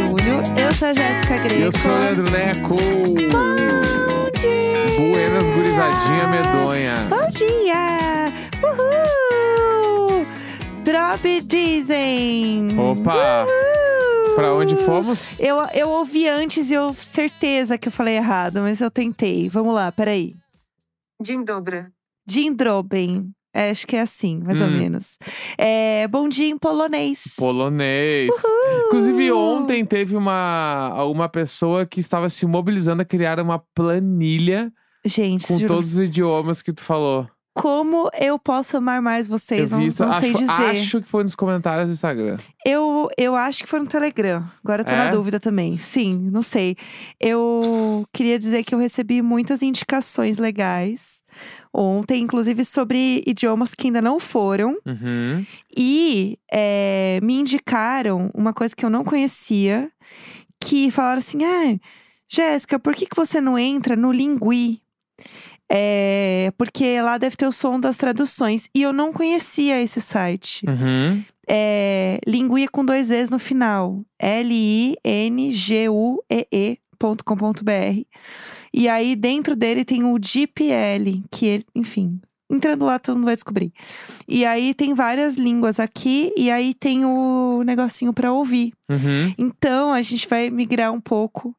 um é sou a Jéssica Greco. Eu sou o Leandro Neco. Bom dia! Buenas gurizadinha medonha. Bom dia! Uhul! Drop dizem! Opa! Uhul! Pra onde fomos? Eu, eu ouvi antes e eu certeza que eu falei errado, mas eu tentei. Vamos lá, peraí. Jim Dobra. Jim Droben. É, acho que é assim, mais ou Hum. menos. É, bom dia em polonês. Polonês. Inclusive, ontem teve uma, uma pessoa que estava se mobilizando a criar uma planilha Gente, com juro, todos os idiomas que tu falou. como eu posso amar mais vocês? Eu não, vi isso. não acho, sei dizer. acho que foi nos comentários do Instagram. Eu, eu acho que foi no Telegram. Agora eu tô na É? dúvida também. Sim, não sei. Eu queria dizer que eu recebi muitas indicações legais ontem, inclusive sobre idiomas que ainda não foram. Uhum. E eh, me indicaram uma coisa que eu não conhecia, que falaram assim: ah, Jéssica, por que, que você não entra no Lingui? É, porque lá deve ter o som das traduções. E eu não conhecia esse site Uhum. é, Lingui com dois E's no final. L-I-N-G-U-E-E.com.br. E aí, dentro dele tem o DeepL, que, ele- enfim, entrando lá, todo mundo vai descobrir. E aí, tem várias línguas aqui, e aí tem o negocinho para ouvir. Uhum. Então, a gente vai migrar um pouco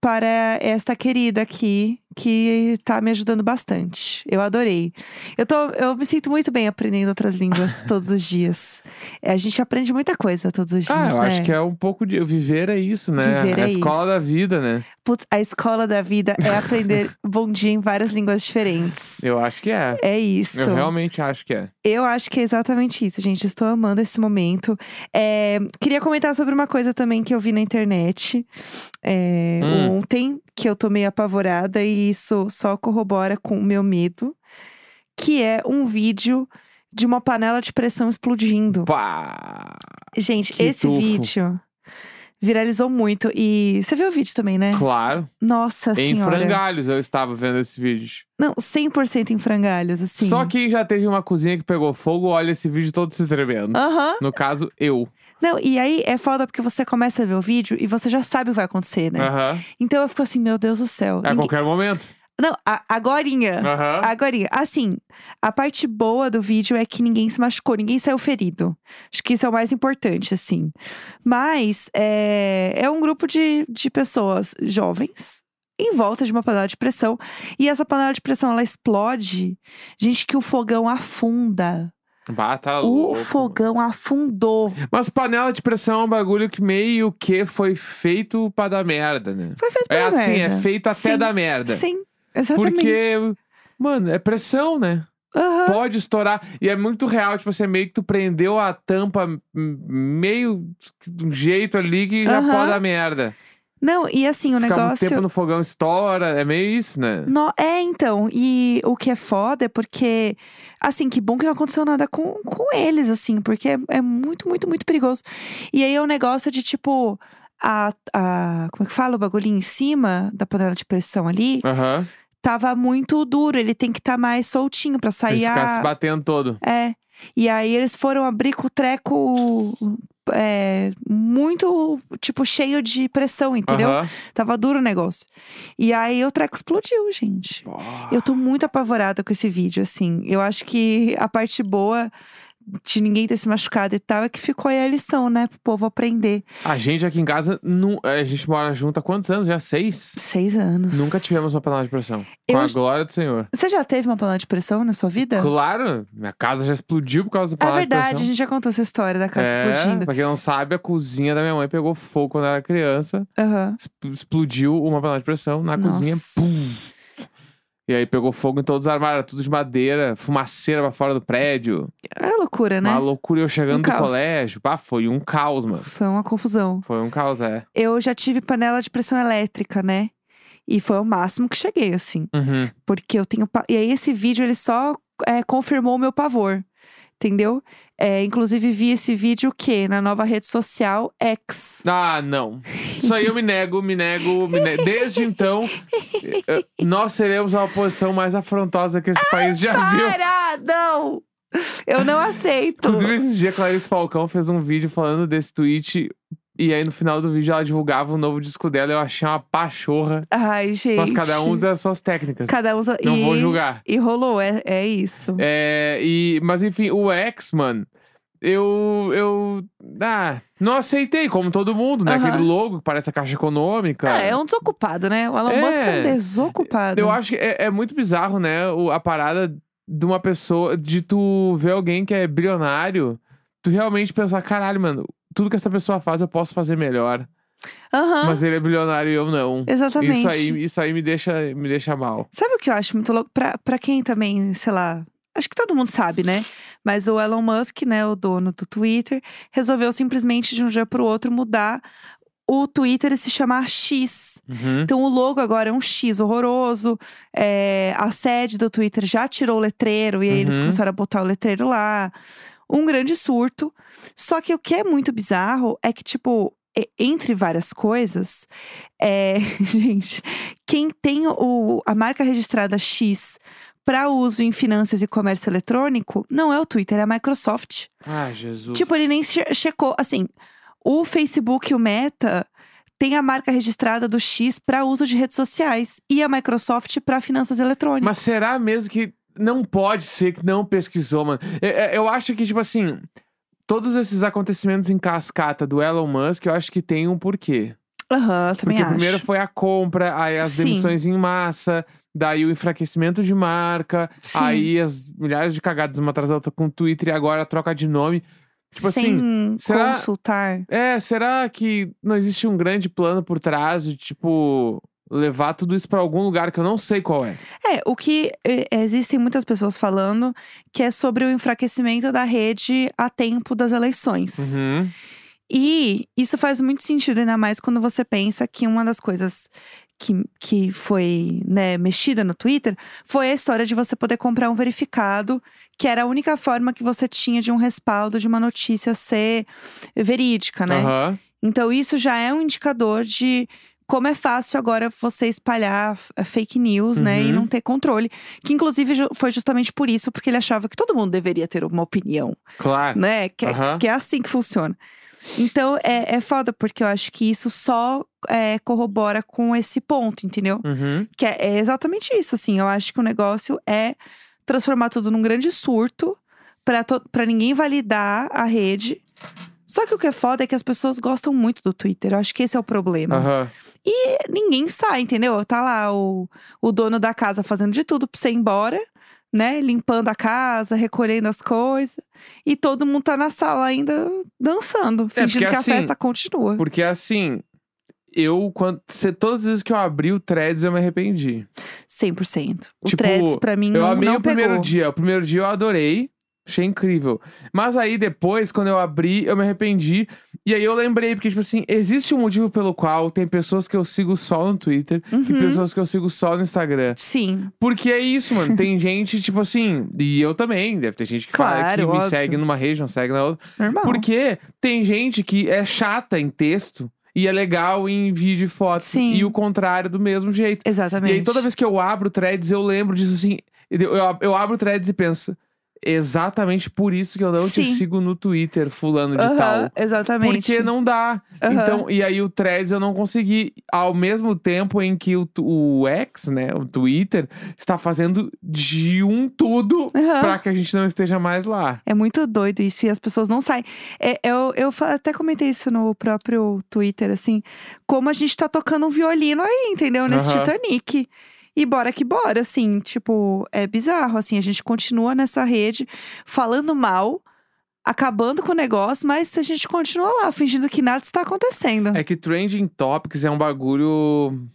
para esta querida aqui, que tá me ajudando bastante. Eu adorei. Eu, tô, eu me sinto muito bem aprendendo outras línguas todos os dias. É, a gente aprende muita coisa todos os dias, Ah, eu né? acho que é um pouco de. Viver é isso, né? Viver é a escola isso. da vida, né? Putz, a escola da vida é aprender bom dia em várias línguas diferentes. Eu acho que é. É isso. Eu realmente acho que é. Eu acho que é exatamente isso, gente. Estou amando esse momento. É, queria comentar sobre uma coisa também que eu vi na internet é, Hum. ontem, que eu tô meio apavorada e isso só corrobora com o meu medo, que é um vídeo de uma panela de pressão explodindo. Pá! Gente, que esse tufo. vídeo viralizou muito e você viu o vídeo também, né? Claro. Nossa Em senhora. frangalhos eu estava vendo esse vídeo. Não, 100% em frangalhos, assim. Só quem já teve uma cozinha que pegou fogo, olha esse vídeo todo se tremendo. Aham. No caso, eu. Não, e aí é foda porque você começa a ver o vídeo e você já sabe o que vai acontecer, né? Aham. Então eu fico assim, meu Deus do céu. A ninguém- É. qualquer momento. Não, a, agorinha. Aham. Agorinha. Assim, a parte boa do vídeo é que ninguém se machucou, ninguém saiu ferido. Acho que isso é o mais importante, assim. Mas é, é um grupo de, de pessoas jovens em volta de uma panela de pressão. E essa panela de pressão, ela explode. Gente, que o fogão afunda. Bah, tá O louco. fogão afundou. Mas panela de pressão é um bagulho que meio que foi feito pra dar merda, né? Foi feito é pra assim, merda. é feito até Sim, dar merda. Sim, exatamente. Porque, mano, é pressão, né? Aham. Pode estourar. E é muito real, tipo assim, é meio que tu prendeu a tampa hum, meio que de um jeito ali que já Aham. pode dar merda. Não, e assim, o Ficar muito negócio. tempo no fogão estoura, é meio isso, né? No- É, então, e o que é foda é porque, assim, que bom que não aconteceu nada com, com eles, assim, porque é, é muito, muito, muito perigoso. E aí é um negócio de tipo, a, a. Como é que fala? O bagulhinho em cima da panela de pressão ali Aham. tava muito duro, ele tem que estar mais soltinho pra Tem sair que ficar se Tá a. batendo todo. É. E aí eles foram abrir com o treco é, muito, tipo, cheio de pressão, entendeu? Aham. Tava duro o negócio. E aí o treco explodiu, gente. Eu tô muito apavorada com esse vídeo, assim. Eu acho que a parte boa de ninguém ter se machucado e tal é que ficou aí a lição, né? Pro povo aprender. A gente aqui em casa, nu- a gente mora junto há quantos anos? Já seis? Seis anos. Nunca tivemos uma panela de pressão. Eu Com a j- glória do Senhor. Você já teve uma panela de pressão na sua vida? Claro, minha casa já explodiu por causa do É panela de verdade, a pressão. gente já contou essa história da casa é, explodindo. Pra quem não sabe, a cozinha da minha mãe pegou fogo quando eu era criança. Aham. Expl- Explodiu uma panela de pressão na cozinha. Nossa. Pum! E aí pegou fogo em todos os armários, tudo de madeira, fumaceira pra fora do prédio. É loucura, né? Uma loucura. E Eu chegando Um do caos. colégio, pá, foi um caos, mano. Foi uma confusão. Foi um caos, é. Eu já tive panela de pressão elétrica, né? E foi o máximo que cheguei, assim. Uhum. Porque eu tenho. pa- E aí, esse vídeo, ele só é, confirmou o meu pavor. Entendeu? É, inclusive, vi esse vídeo o quê? Na nova rede social X. Ah, não. Isso aí eu me nego, me nego, me nego. Desde então, eh, eh, nós seremos a oposição mais afrontosa que esse país já viu. Para! Não! Eu não aceito. Inclusive, esses dias, Clarice Falcão fez um vídeo falando desse tweet E aí no final do vídeo ela divulgava o novo disco dela. Eu achei uma pachorra. Ai, gente. Mas cada um usa as suas técnicas. Cada um usa- Não e, vou julgar. E rolou, é, é isso. É, e, mas enfim, o X-Man, eu. eu ah, não aceitei, como todo mundo, né? Aham. Aquele logo que parece a caixa econômica. Ah, é um desocupado, né? O Elon É. Musk é um desocupado. Eu acho que é, é muito bizarro, né? o- a parada de uma pessoa, de tu ver alguém que é bilionário, tu realmente pensar, caralho, mano, tudo que essa pessoa faz eu posso fazer melhor. Aham, Mas ele é bilionário e eu não. exatamente. Isso aí, isso aí me, deixa, me deixa mal. Sabe o que eu acho muito louco? Pra, pra quem também, sei lá. Acho que todo mundo sabe, né? Mas o Elon Musk, né, o dono do Twitter, resolveu simplesmente de um dia pro outro mudar o Twitter e se chamar X. Uhum. Então o logo agora é um X horroroso. é, a sede do Twitter já tirou o letreiro e aí eles Uhum. começaram a botar o letreiro lá. Um grande surto. Só que o que é muito bizarro é que, tipo, e- entre várias coisas, é, gente, quem tem o, a marca registrada X para uso em finanças e comércio eletrônico não é o Twitter, é a Microsoft. Ah, Jesus. Tipo, ele nem che- checou. Assim, o Facebook e o Meta tem a marca registrada do X para uso de redes sociais e a Microsoft para finanças eletrônicas. Mas será mesmo que não pode ser que não pesquisou, mano? É, é, Eu, acho que, tipo assim, todos esses acontecimentos em cascata do Elon Musk, eu acho que tem um porquê. Aham, também Porque acho. primeiro foi a compra, aí as Sim. demissões em massa, daí o enfraquecimento de marca, Sim. aí as milhares de cagadas uma atrás da outra com o Twitter e agora a troca de nome. tipo Sem será- consultar. É, será que não existe um grande plano por trás de, tipo, levar tudo isso pra algum lugar que eu não sei qual é? É, o que eh, existem muitas pessoas falando que é sobre o enfraquecimento da rede a tempo das eleições. Uhum. E isso faz muito sentido, ainda mais quando você pensa que uma das coisas que, que foi né, mexida no Twitter foi a história de você poder comprar um verificado, que era a única forma que você tinha de um respaldo de uma notícia ser verídica, né? Aham. Então, isso já é um indicador de como é fácil agora você espalhar f- eh, fake news, né? E Uhum. não ter controle. Que, inclusive, ju- foi justamente por isso, porque ele achava que todo mundo deveria ter uma opinião Claro. né? Que, Aham. que é assim que funciona. Então, é, é foda, porque eu acho que isso só é, corrobora com esse ponto, entendeu? Uhum. Que é, é exatamente isso, assim. Eu acho que o negócio é transformar tudo num grande surto pra to- pra ninguém validar a rede. Só que o que é foda é que as pessoas gostam muito do Twitter. Eu acho que esse é o problema. Aham. Ninguém sai, entendeu? Tá lá o, o dono da casa fazendo de tudo pra você ir embora, né? Limpando a casa, recolhendo as coisas. E todo mundo tá na sala ainda dançando, É, fingindo porque que assim- a festa continua. Porque assim, eu, quando, se, todas as vezes que eu abri o threads, eu me arrependi. 100%. O Tipo, Threads, pra mim, eu não, amei Hum, não o pegou. primeiro dia. O primeiro dia eu adorei. Achei incrível. Mas aí depois, quando eu abri, eu me arrependi. E aí eu lembrei, porque, tipo assim, existe um motivo pelo qual tem pessoas que eu sigo só no Twitter e Uhum. pessoas que eu sigo só no Instagram. Sim, Porque é isso, mano. Tem gente, tipo assim, e eu também. Deve ter gente que fala Claro, que me óbvio. segue numa rede, não segue na outra. normal. Porque tem gente que é chata em texto e é legal em vídeo e foto. Sim. E o contrário do mesmo jeito. Exatamente. E aí, toda vez que eu abro o threads, eu lembro disso assim. Eu, eu- eu abro o threads e penso. Exatamente por isso que eu não te Sim. sigo no Twitter, fulano de Aham, tal. Exatamente. é Porque não dá. Aham. Então, e aí o Threads eu não consegui. Ao mesmo tempo em que o, tu- o X, né, o Twitter, está fazendo de um tudo Aham. pra que a gente não esteja mais lá. É muito doido isso e as pessoas não saem. É, eu, eu fa- até comentei isso no próprio Twitter, assim, como a gente tá tocando um violino aí, entendeu? Nesse Aham. Titanic. E bora que bora, assim, tipo, é bizarro, assim, a gente continua nessa rede falando mal, acabando com o negócio, mas a gente continua lá, fingindo que nada está acontecendo. É que Trending Topics é um bagulho.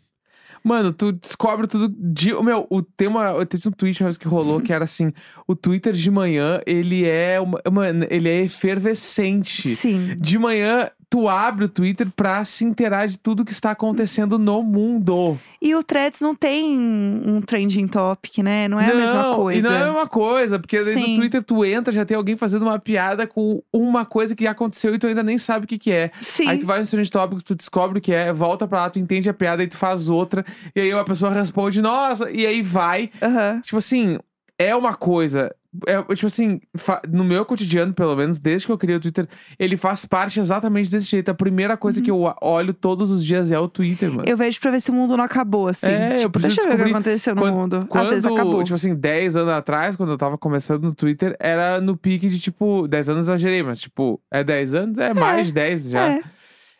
Mano, tu descobre tudo de. Meu, o tema. Eu teve um tweet uma vez que rolou que era assim: o Twitter de manhã, ele é. Uma, mano, ele é efervescente. Sim. De manhã, tu abre o Twitter pra se inteirar de tudo que está acontecendo no mundo. E o Threads não tem um trending topic, né? Não é a mesma coisa. E não é a mesma coisa, porque daí Sim. no Twitter tu entra, já tem alguém fazendo uma piada com uma coisa que aconteceu e tu ainda nem sabe o que, que é. Sim. Aí tu vai no Strange Topics, tu descobre o que é, volta pra lá, tu entende a piada e tu faz outra. E aí uma pessoa responde, nossa, e aí vai. Aham. Tipo assim, é uma coisa. é, tipo assim, fa- no meu cotidiano, pelo menos, desde que eu criei o Twitter, ele faz parte exatamente desse jeito. A primeira coisa que eu o- olho todos os dias é o Twitter, mano. Uhum. Eu vejo pra ver se o mundo não acabou, assim. É, eu tipo, preciso deixa eu ver o que descobrir aconteceu no quan- mundo. Quando, Às vezes acabou. tipo assim, 10 anos atrás, quando eu tava começando no Twitter, era no pique de tipo, 10 anos eu exagerei, mas tipo, é 10 anos? É, mais de 10 já. É.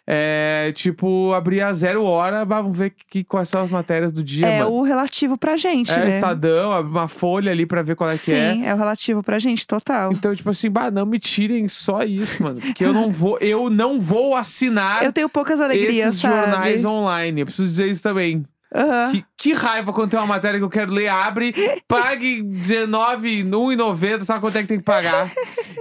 É, tipo, abria zero hora, bah, vamos ver que, quais são as matérias do dia, é mano. o relativo pra gente, é, né? Estadão, abre uma folha ali pra ver qual é que é. Sim, é o relativo pra gente, total. Então, tipo assim, bah, não me tirem só isso, mano. Porque eu não vou, eu não vou assinar Eu tenho poucas alegrias, esses sabe? Ah. jornais online. Eu preciso dizer isso também. Aham. Que, que raiva quando tem uma matéria que eu quero ler, abre, pague R$19,90, sabe quanto é que tem que pagar?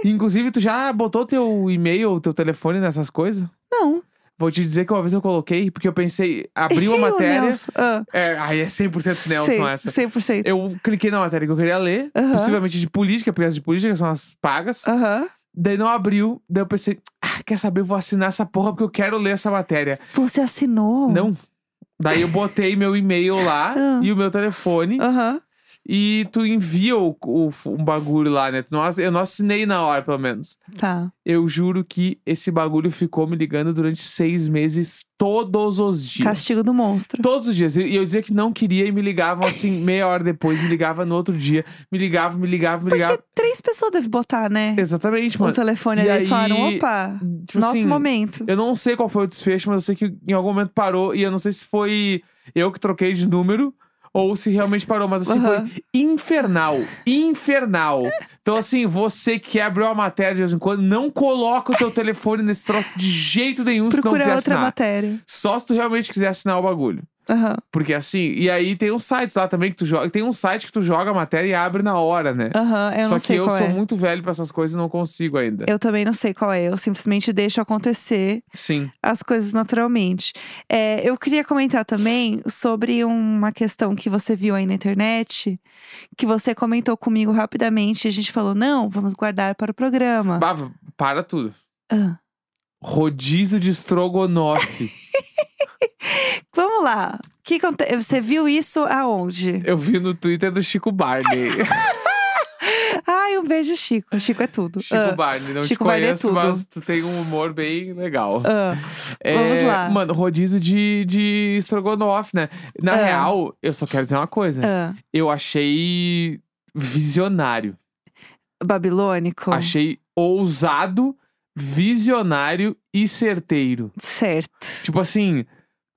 Inclusive, tu já botou teu e-mail, teu telefone nessas coisas? Não. Vou te dizer que uma vez eu coloquei, porque eu pensei, abri uma Ih, o matéria. Nelson. Ah, É, aí é 100% Nelson sei, essa. 100%. Eu cliquei na matéria que eu queria ler, Aham. Ah. possivelmente de política, porque as de política são as pagas. Aham. Daí não abriu, daí eu pensei, ah, quer saber, eu vou assinar essa porra porque eu quero ler essa matéria. Você assinou? Não. Daí eu botei meu e-mail lá Ah. e o meu telefone Aham. e tu envia o, o- um bagulho lá, né? Tu não ass- eu não assinei na hora, pelo menos. Tá. Eu juro que esse bagulho ficou me ligando durante seis meses, todos os dias. Castigo do monstro. Todos os dias. E eu dizia que não queria e me ligavam assim, meia hora depois, me ligava no outro dia, me ligava, me ligava, me ligava. Porque três pessoas devem botar, né? Exatamente, O mano. telefone tipo, e ali, eles aí, falaram, opa, Tipo nosso assim, momento. Eu não sei qual foi o desfecho, mas eu sei que em algum momento parou. E eu não sei se foi eu que troquei de número ou se realmente parou. Mas assim, Aham. foi infernal. Infernal. Então assim, você que abriu a matéria de vez em quando, não coloca o teu telefone nesse troço de jeito nenhum se tu não Procura quiser outra assinar. matéria. Só se tu realmente quiser assinar o bagulho. Aham. Porque assim, e aí tem uns sites lá também que tu joga. Tem um site que tu joga a matéria e abre na hora, né? Aham, eu Só não que sei eu qual sou é. muito velho pra essas coisas e não consigo ainda. Eu também não sei qual é. Eu simplesmente deixo acontecer Sim. as coisas naturalmente. É, eu queria comentar também sobre uma questão que você viu aí na internet, que você comentou comigo rapidamente. A gente falou: não, vamos guardar para o programa. Bava, para tudo. Ah, Rodízio de estrogonofe. Vamos lá. Que conte- Você viu isso aonde? Eu vi no Twitter do Chico Barney. Ai, um beijo, Chico. Chico é tudo. Chico Ah, Barney, não Chico te Barney é conheço, tudo. mas tu tem um humor bem legal. É, ah. vamos lá. Mano, rodízio de, de estrogonofe, né? Na Ah. real, eu só quero dizer uma coisa. Ah, Eu achei visionário. babilônico. Achei ousado, visionário e certeiro. Certo. Tipo assim,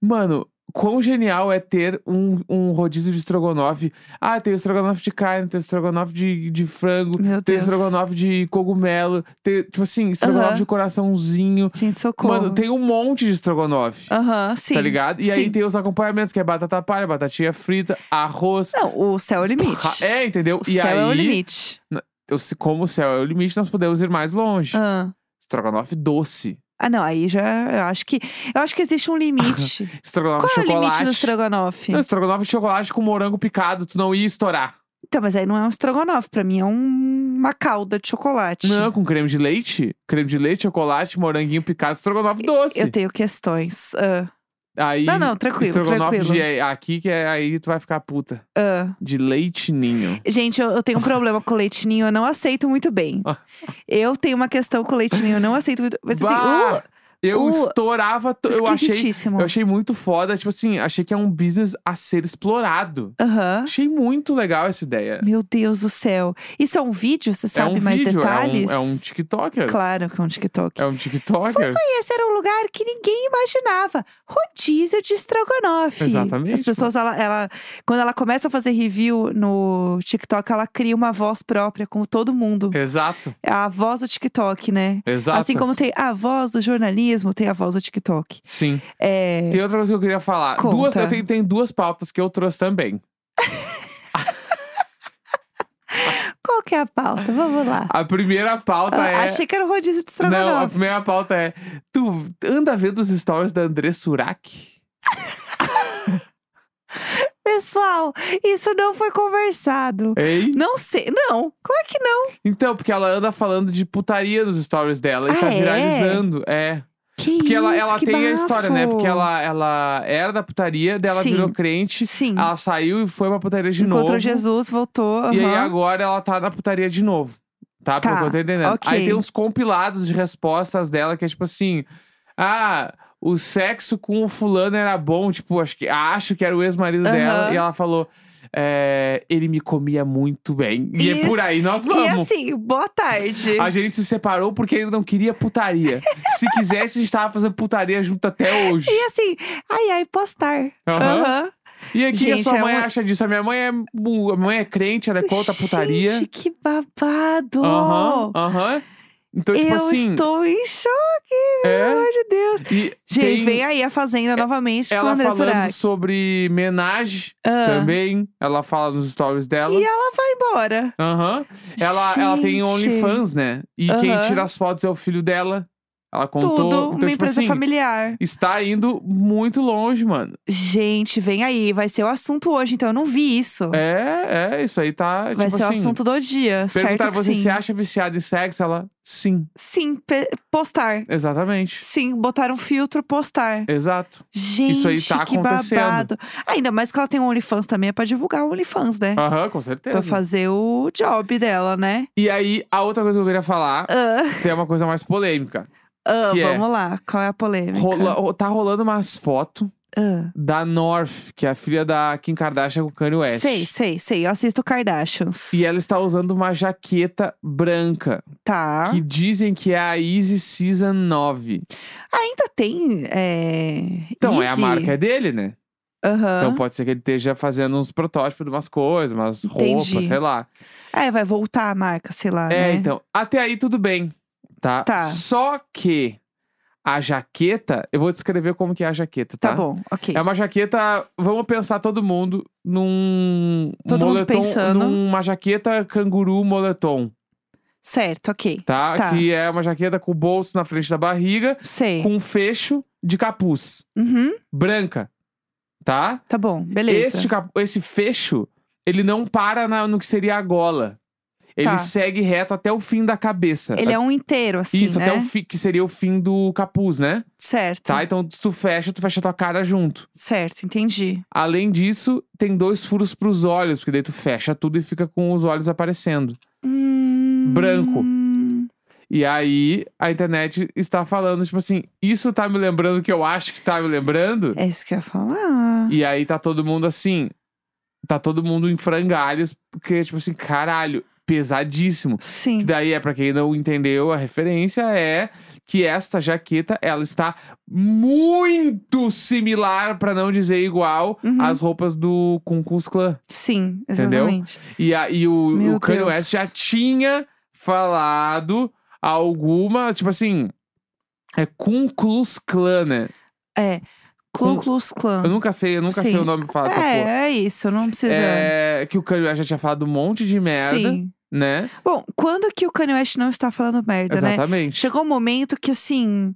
mano, quão genial é ter um, um rodízio de estrogonofe. Ah, tem o estrogonofe de carne, tem o estrogonofe de, de frango, Meu tem Deus. estrogonofe de cogumelo, tem, tipo assim, estrogonofe Aham. de coraçãozinho. Gente, socorro. Mano, tem um monte de estrogonofe. Aham, Ah, sim. Tá ligado? E aí sim. tem os acompanhamentos, que é batata palha, batatinha frita, arroz. Não, o céu é o limite. ra- É, entendeu? O e céu aí, é o limite. eu se- como o céu é o limite, nós podemos ir mais longe. Ah. Estrogonofe doce. Ah, não, aí já. Eu acho que. Eu acho que existe um limite. Estrogonofe Qual de é o chocolate. limite do estrogonofe? Não, estrogonofe de chocolate com morango picado, tu não ia estourar. Então, mas aí não é um estrogonofe, pra mim é um- uma calda de chocolate. Não, com creme de leite. Creme de leite, chocolate, moranguinho picado, estrogonofe doce. Eu tenho questões. Ah, Aí, Não, não, tranquilo, estrogonofe tranquilo. de aqui, que é aí tu vai ficar puta. ah. De leite ninho. Gente, eu, eu tenho um problema com leitinho, eu não aceito muito bem. Ah. Eu tenho uma questão com leitinho, eu não aceito muito. Mas assim, Bah! uh, eu o- estourava. to- Eu achei, esquisitíssimo. eu achei muito foda. Tipo assim, achei que é um business a ser explorado. Aham. Achei muito legal essa ideia. Meu Deus do céu. Isso é um vídeo? Você sabe é um mais vídeo, detalhes? é um, é um TikToker. Claro que é um TikTok. É um TikToker. Esse era um lugar que ninguém imaginava. Rodízio de estrogonofe. Exatamente, As pessoas, ela, ela- quando ela começa a fazer review no TikTok, ela cria uma voz própria, como todo mundo. Exato, É a voz do TikTok, né? exato. Assim como tem a voz do jornalismo, tem a voz do TikTok. Sim. É. Tem outra coisa que eu queria falar. Conta. Duas, eu tenho, tem duas pautas que eu trouxe também. Qual que é a pauta? Vamos lá. A primeira pauta Ah, é. Achei que era o rodízio de Não, a estrogonofe. primeira pauta é. Tu anda vendo os stories da André Surak? Pessoal, isso não foi conversado. Hein? Não sei. Não, claro que não. Então, porque ela anda falando de putaria nos stories dela e Ah, tá é? viralizando. É. Que Porque ela, isso, ela que tem a história, né? bafo. Porque ela, ela era da putaria, dela Sim. virou crente, Sim. ela saiu e foi pra putaria de Encontrou novo. Jesus, voltou. E aí aham. agora ela tá na putaria de novo. Tá? Porque Tá, eu tô entendendo. ok. Aí tem uns compilados de respostas dela que é tipo assim: Ah, o sexo com o fulano era bom. Tipo, acho que, acho que era o ex-marido Aham. dela. E ela falou: é, Ele me comia muito bem. E é Isso. por aí, nós E vamos. assim, boa tarde. A gente se separou porque ele não queria putaria. Se quisesse, a gente tava fazendo putaria junto até hoje. E assim, ai, ai, postar. Aham. Aham. E aqui Gente, a sua é mãe um- acha disso? A minha mãe é, mu- a minha mãe é crente, ela é contra a putaria. Gente, que babado. Aham, aham. Então, tipo Oh. Eu assim, estou em choque, é. pelo amor de Deus. E Gente, tem É, vem aí a Fazenda novamente com o ela André falando Surak. sobre menage Ah. também. Ela fala nos stories dela. E ela vai embora. Aham. Ela, ela tem Gente. OnlyFans, né? E quem Aham. tira as fotos é o filho dela. Ela contou. Tudo, então, uma tipo empresa assim, familiar. está indo muito longe, mano. Gente, vem aí, vai ser o assunto hoje, então eu não vi isso. É, é, isso aí tá. vai tipo ser assim, o assunto do dia, certo? Perguntaram Que você sim. se acha viciado em sexo? Ela, sim, Sim, pe- postar. exatamente. Sim, botar um filtro, postar. Exato. Gente, aí tá que acontecendo. babado. Ainda mais que ela tem um OnlyFans também, é pra divulgar o OnlyFans, né? Aham, com Pra certeza. fazer o job dela, né? E aí, a outra coisa que eu queria falar, Ah, que é uma coisa mais polêmica. ah, Que é? vamos lá, qual é a polêmica? Rola- ro- tá rolando umas fotos Ah, da North, que é a filha da Kim Kardashian com o Kanye West. sei, sei, sei. Eu assisto Kardashians. E é ela está usando uma jaqueta branca, Tá. que dizem que é a Easy Season 9. Ainda tem. É... Então, é a Yeezy. marca é dele, né? Aham. Então pode ser que ele esteja fazendo uns protótipos de umas coisas, umas roupas, Entendi. sei lá. É, vai voltar a marca, sei lá. É, né? então, até aí tudo bem, tá? Tá. Só que a jaqueta, eu vou descrever como que é a jaqueta, tá? Tá bom, ok. É uma jaqueta, vamos pensar todo mundo num Todo mundo moletom, pensando. numa jaqueta canguru moletom, Certo, ok. tá? Tá. É. Que é uma jaqueta com o bolso na frente da barriga, Sei. com um fecho de capuz, Uhum, branca, tá? tá bom, beleza. Este cap- esse fecho, ele não para na- no que seria a gola. Ele Tá. segue reto até o fim da cabeça. Ele é um inteiro, assim, Isso, né? até o fim, que seria o fim do capuz, né? Certo. Tá? Então, se tu fecha, tu fecha a tua cara junto. Certo, entendi. Além disso, tem dois furos pros olhos, porque daí tu fecha tudo e fica com os olhos aparecendo. Hum... Branco. E aí, a internet está falando, tipo assim, isso tá me lembrando o que eu acho que tá me lembrando. É isso que eu ia falar. E aí tá todo mundo assim. Tá todo mundo em frangalhos, porque, tipo assim, caralho, pesadíssimo. Sim. Que daí é pra quem não entendeu a referência é que esta jaqueta ela está muito similar, pra não dizer igual, Uhum. às roupas do Ku Klux Klan. Sim, Entendeu? exatamente. E, a, e o, Meu o Kanye Deus. West já tinha falado alguma, tipo assim, é Ku Klux Klan, né? É. Clu Com- Klux Klan. Hum. Eu nunca sei, eu nunca sei Ah. Sim. o nome falar dessa porra. É, é isso, não precisa. É, que o Kanye West já tinha falado um monte de merda, Sim. né? Bom, quando que o Kanye West não está falando merda, né? Exatamente. Chegou um momento que, assim,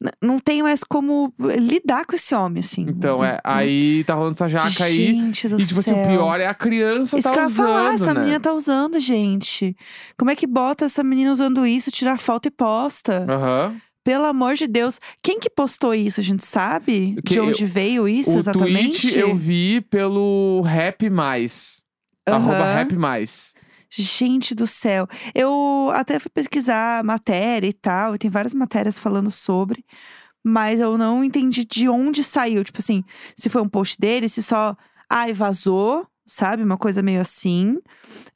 n- não tem mais como lidar com esse homem, assim. Então, é, aí tá rolando essa jaca aí. Gente do E, tipo céu. assim, o pior é a criança Isso tá que eu ia usando, falar, essa né? menina tá usando, gente. Como é que bota essa menina usando isso, tirar foto e posta? Aham. Pelo amor de Deus. Quem que postou isso, a gente sabe? Que De eu- onde veio isso o exatamente? tweet eu vi pelo Rap Mais. Arroba Aham. Rap Mais. Gente do céu. Eu até fui pesquisar matéria e tal, e tem várias matérias falando sobre, mas eu não entendi de onde saiu. Tipo assim, se foi um post dele, se só. Ai, vazou, sabe? Uma coisa meio assim.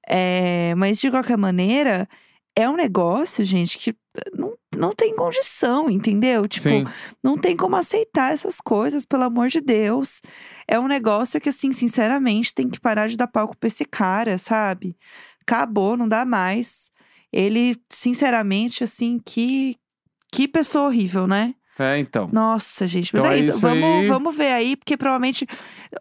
É, mas de qualquer maneira, é um negócio, gente, que não, não tem condição, entendeu? Tipo, Sim. não tem como aceitar essas coisas, pelo amor de Deus. É um negócio que, assim, sinceramente, tem que parar de dar palco pra esse cara, sabe? Acabou, não dá mais. Ele, sinceramente, assim, que. Que pessoa horrível, né? É, então. Nossa, gente. Mas Então é é isso. isso vamos, aí. vamos ver aí, porque provavelmente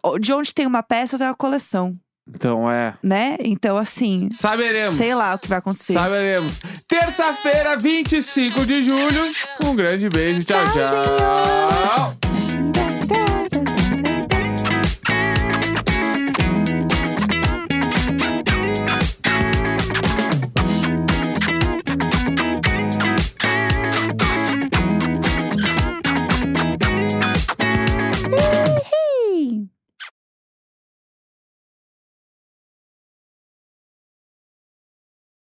o- de onde tem uma peça tem uma coleção, Então é. né? Então, assim, Saberemos. sei lá o que vai acontecer. Saberemos. Terça-feira, 25 de julho. Um grande beijo. tchau. tchau.